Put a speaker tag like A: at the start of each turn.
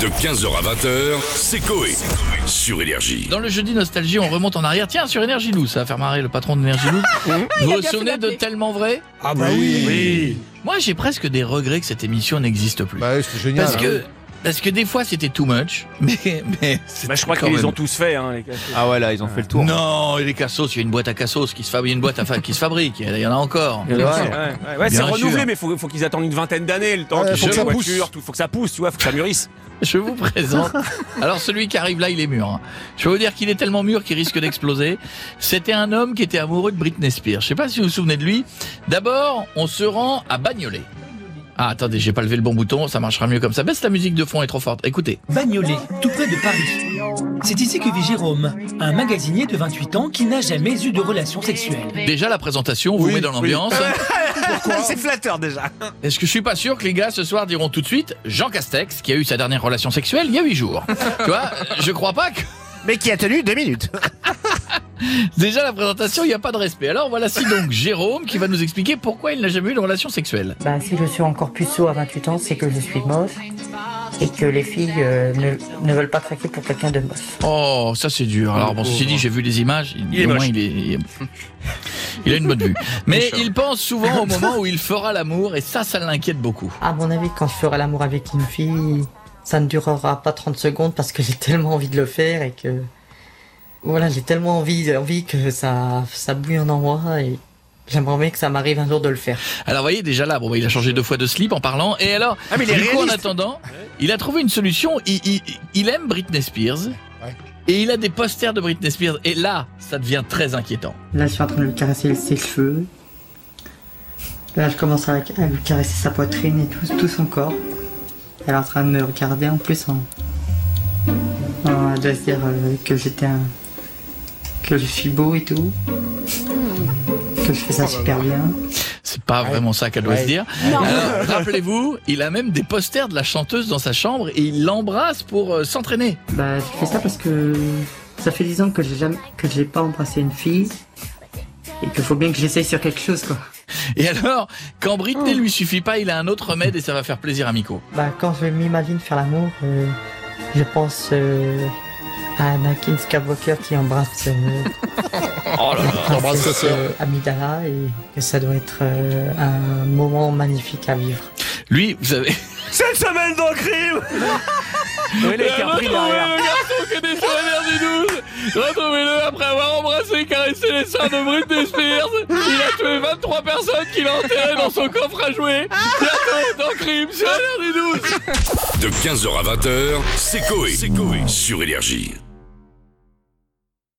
A: De 15h à 20h, c'est Coé. Sur Énergie.
B: Dans le jeudi Nostalgie, on remonte en arrière. Tiens, sur Énergie Nous, ça va faire marrer le patron d'Énergie Nous. vous vous
C: bien fait
B: souvenez de
C: d'appeler.
B: Tellement Vrai
D: Ah bah oui,
B: Moi, j'ai presque des regrets que cette émission n'existe plus.
D: Bah oui, c'est génial.
B: parce
D: hein.
B: que... Parce que des fois c'était too much, mais, mais
E: Bah, je crois
B: quand
E: qu'ils les
B: même-
E: ont tous fait, hein, les gars.
D: Ah ouais, là, ils ont fait le tour.
B: Non, et les cassos, il y a une boîte à cassos qui se fabrique, une boîte à fa- qui se fabrique, il y en a encore.
D: Ouais.
E: Ouais, ouais, ouais, c'est
B: Bien sûr.
E: renouvelé, mais faut, faut qu'ils attendent une vingtaine d'années, le temps
D: Ouais,
E: qu'ils
D: faut
E: changent
D: que
E: de
D: ça pousse.
E: voiture, tout, faut que ça pousse, tu vois, faut que ça mûrisse.
B: Je vous présente. Alors celui qui arrive là, il est mûr. hein. Je vais vous dire qu'il est tellement mûr qu'il risque d'exploser. C'était un homme qui était amoureux de Britney Spears. Je sais pas si vous vous souvenez de lui. D'abord, on se rend à Bagnolet. Ah attendez, j'ai pas levé le bon bouton, ça marchera mieux comme ça. Baisse la musique de fond elle est trop forte. Écoutez.
F: Bagnolet, tout près de Paris. C'est ici que vit Jérôme, un magasinier de 28 ans qui n'a jamais eu de relation sexuelle.
B: Déjà la présentation vous
D: Oui,
B: met dans
D: oui.
B: l'ambiance.
E: c'est flatteur déjà.
B: Est-ce que je suis pas sûr que les gars ce soir diront tout de suite Jean Castex qui a eu sa dernière relation sexuelle il y a huit jours. tu vois, je crois pas que
D: Mais qui a tenu deux minutes.
B: Déjà, la présentation, il n'y a pas de respect. Alors, voilà si donc Jérôme qui va nous expliquer pourquoi il n'a jamais eu de relation sexuelle.
G: Bah, si je suis encore puceau à 28 ans, c'est que je suis moche et que les filles euh, ne, ne veulent pas craquer pour quelqu'un de moche.
B: Oh, ça c'est dur. Alors, bon, ceci dit, j'ai vu les images. Il,
E: est
B: au moins,
E: moche.
B: il, est, il est- il a une bonne vue. Mais il pense souvent au moment où il fera l'amour et ça, ça l'inquiète beaucoup.
G: À mon avis, quand je ferai l'amour avec une fille, ça ne durera pas 30 secondes parce que j'ai tellement envie de le faire et que. Voilà, j'ai tellement envie, envie que ça, ça bouillonne en moi et j'aimerais bien que ça m'arrive un jour de le faire.
B: Alors, vous voyez, déjà là, bon, bah, il a changé deux fois de slip en parlant. Et alors, du coup, en attendant, il a trouvé une solution. Il, il- il aime Britney Spears.
D: Ouais.
B: Et il a des posters de Britney Spears. Et là, ça devient très inquiétant.
G: Là, je suis en train de lui caresser ses cheveux. Là, je commence à, à lui caresser sa poitrine et tout, tout son corps. Elle est en train de me regarder en plus en. en- de se dire euh, que j'étais un. que je suis beau et tout. Que je fais ça super bien.
B: C'est pas vraiment ça qu'elle doit se dire. Alors, Rappelez-vous, il a même des posters de la chanteuse dans sa chambre et il l'embrasse pour euh, s'entraîner.
G: Bah, je fais ça parce que. ça fait 10 ans que j'ai jamais. que j'ai pas embrassé une fille. Et qu'il faut bien que j'essaye sur quelque chose, quoi.
B: Et alors, quand Britney lui suffit pas, il a un autre remède et ça va faire plaisir à Miko.
G: Bah, quand je m'imagine faire l'amour, euh, je pense euh, à Anakin Skywalker qui embrasse euh,
B: Oh là là.
D: Embrasse sa sœur.
G: euh, Amidala et que ça doit être euh, un moment magnifique à vivre.
B: Lui, vous savez.
E: Cette semaine dans le crime Euh, Oui, il a été repris derrière.
B: garçon qui était sur la mer du 12, retrouvez-le après avoir embrassé et caressé les seins de Britney Spears. Il a tué 23 personnes qu'il a enterrées dans son coffre à jouer. Bientôt dans Crime sur la mer du 12.
A: De 15h à 20h, c'est Coé. Sur Énergie.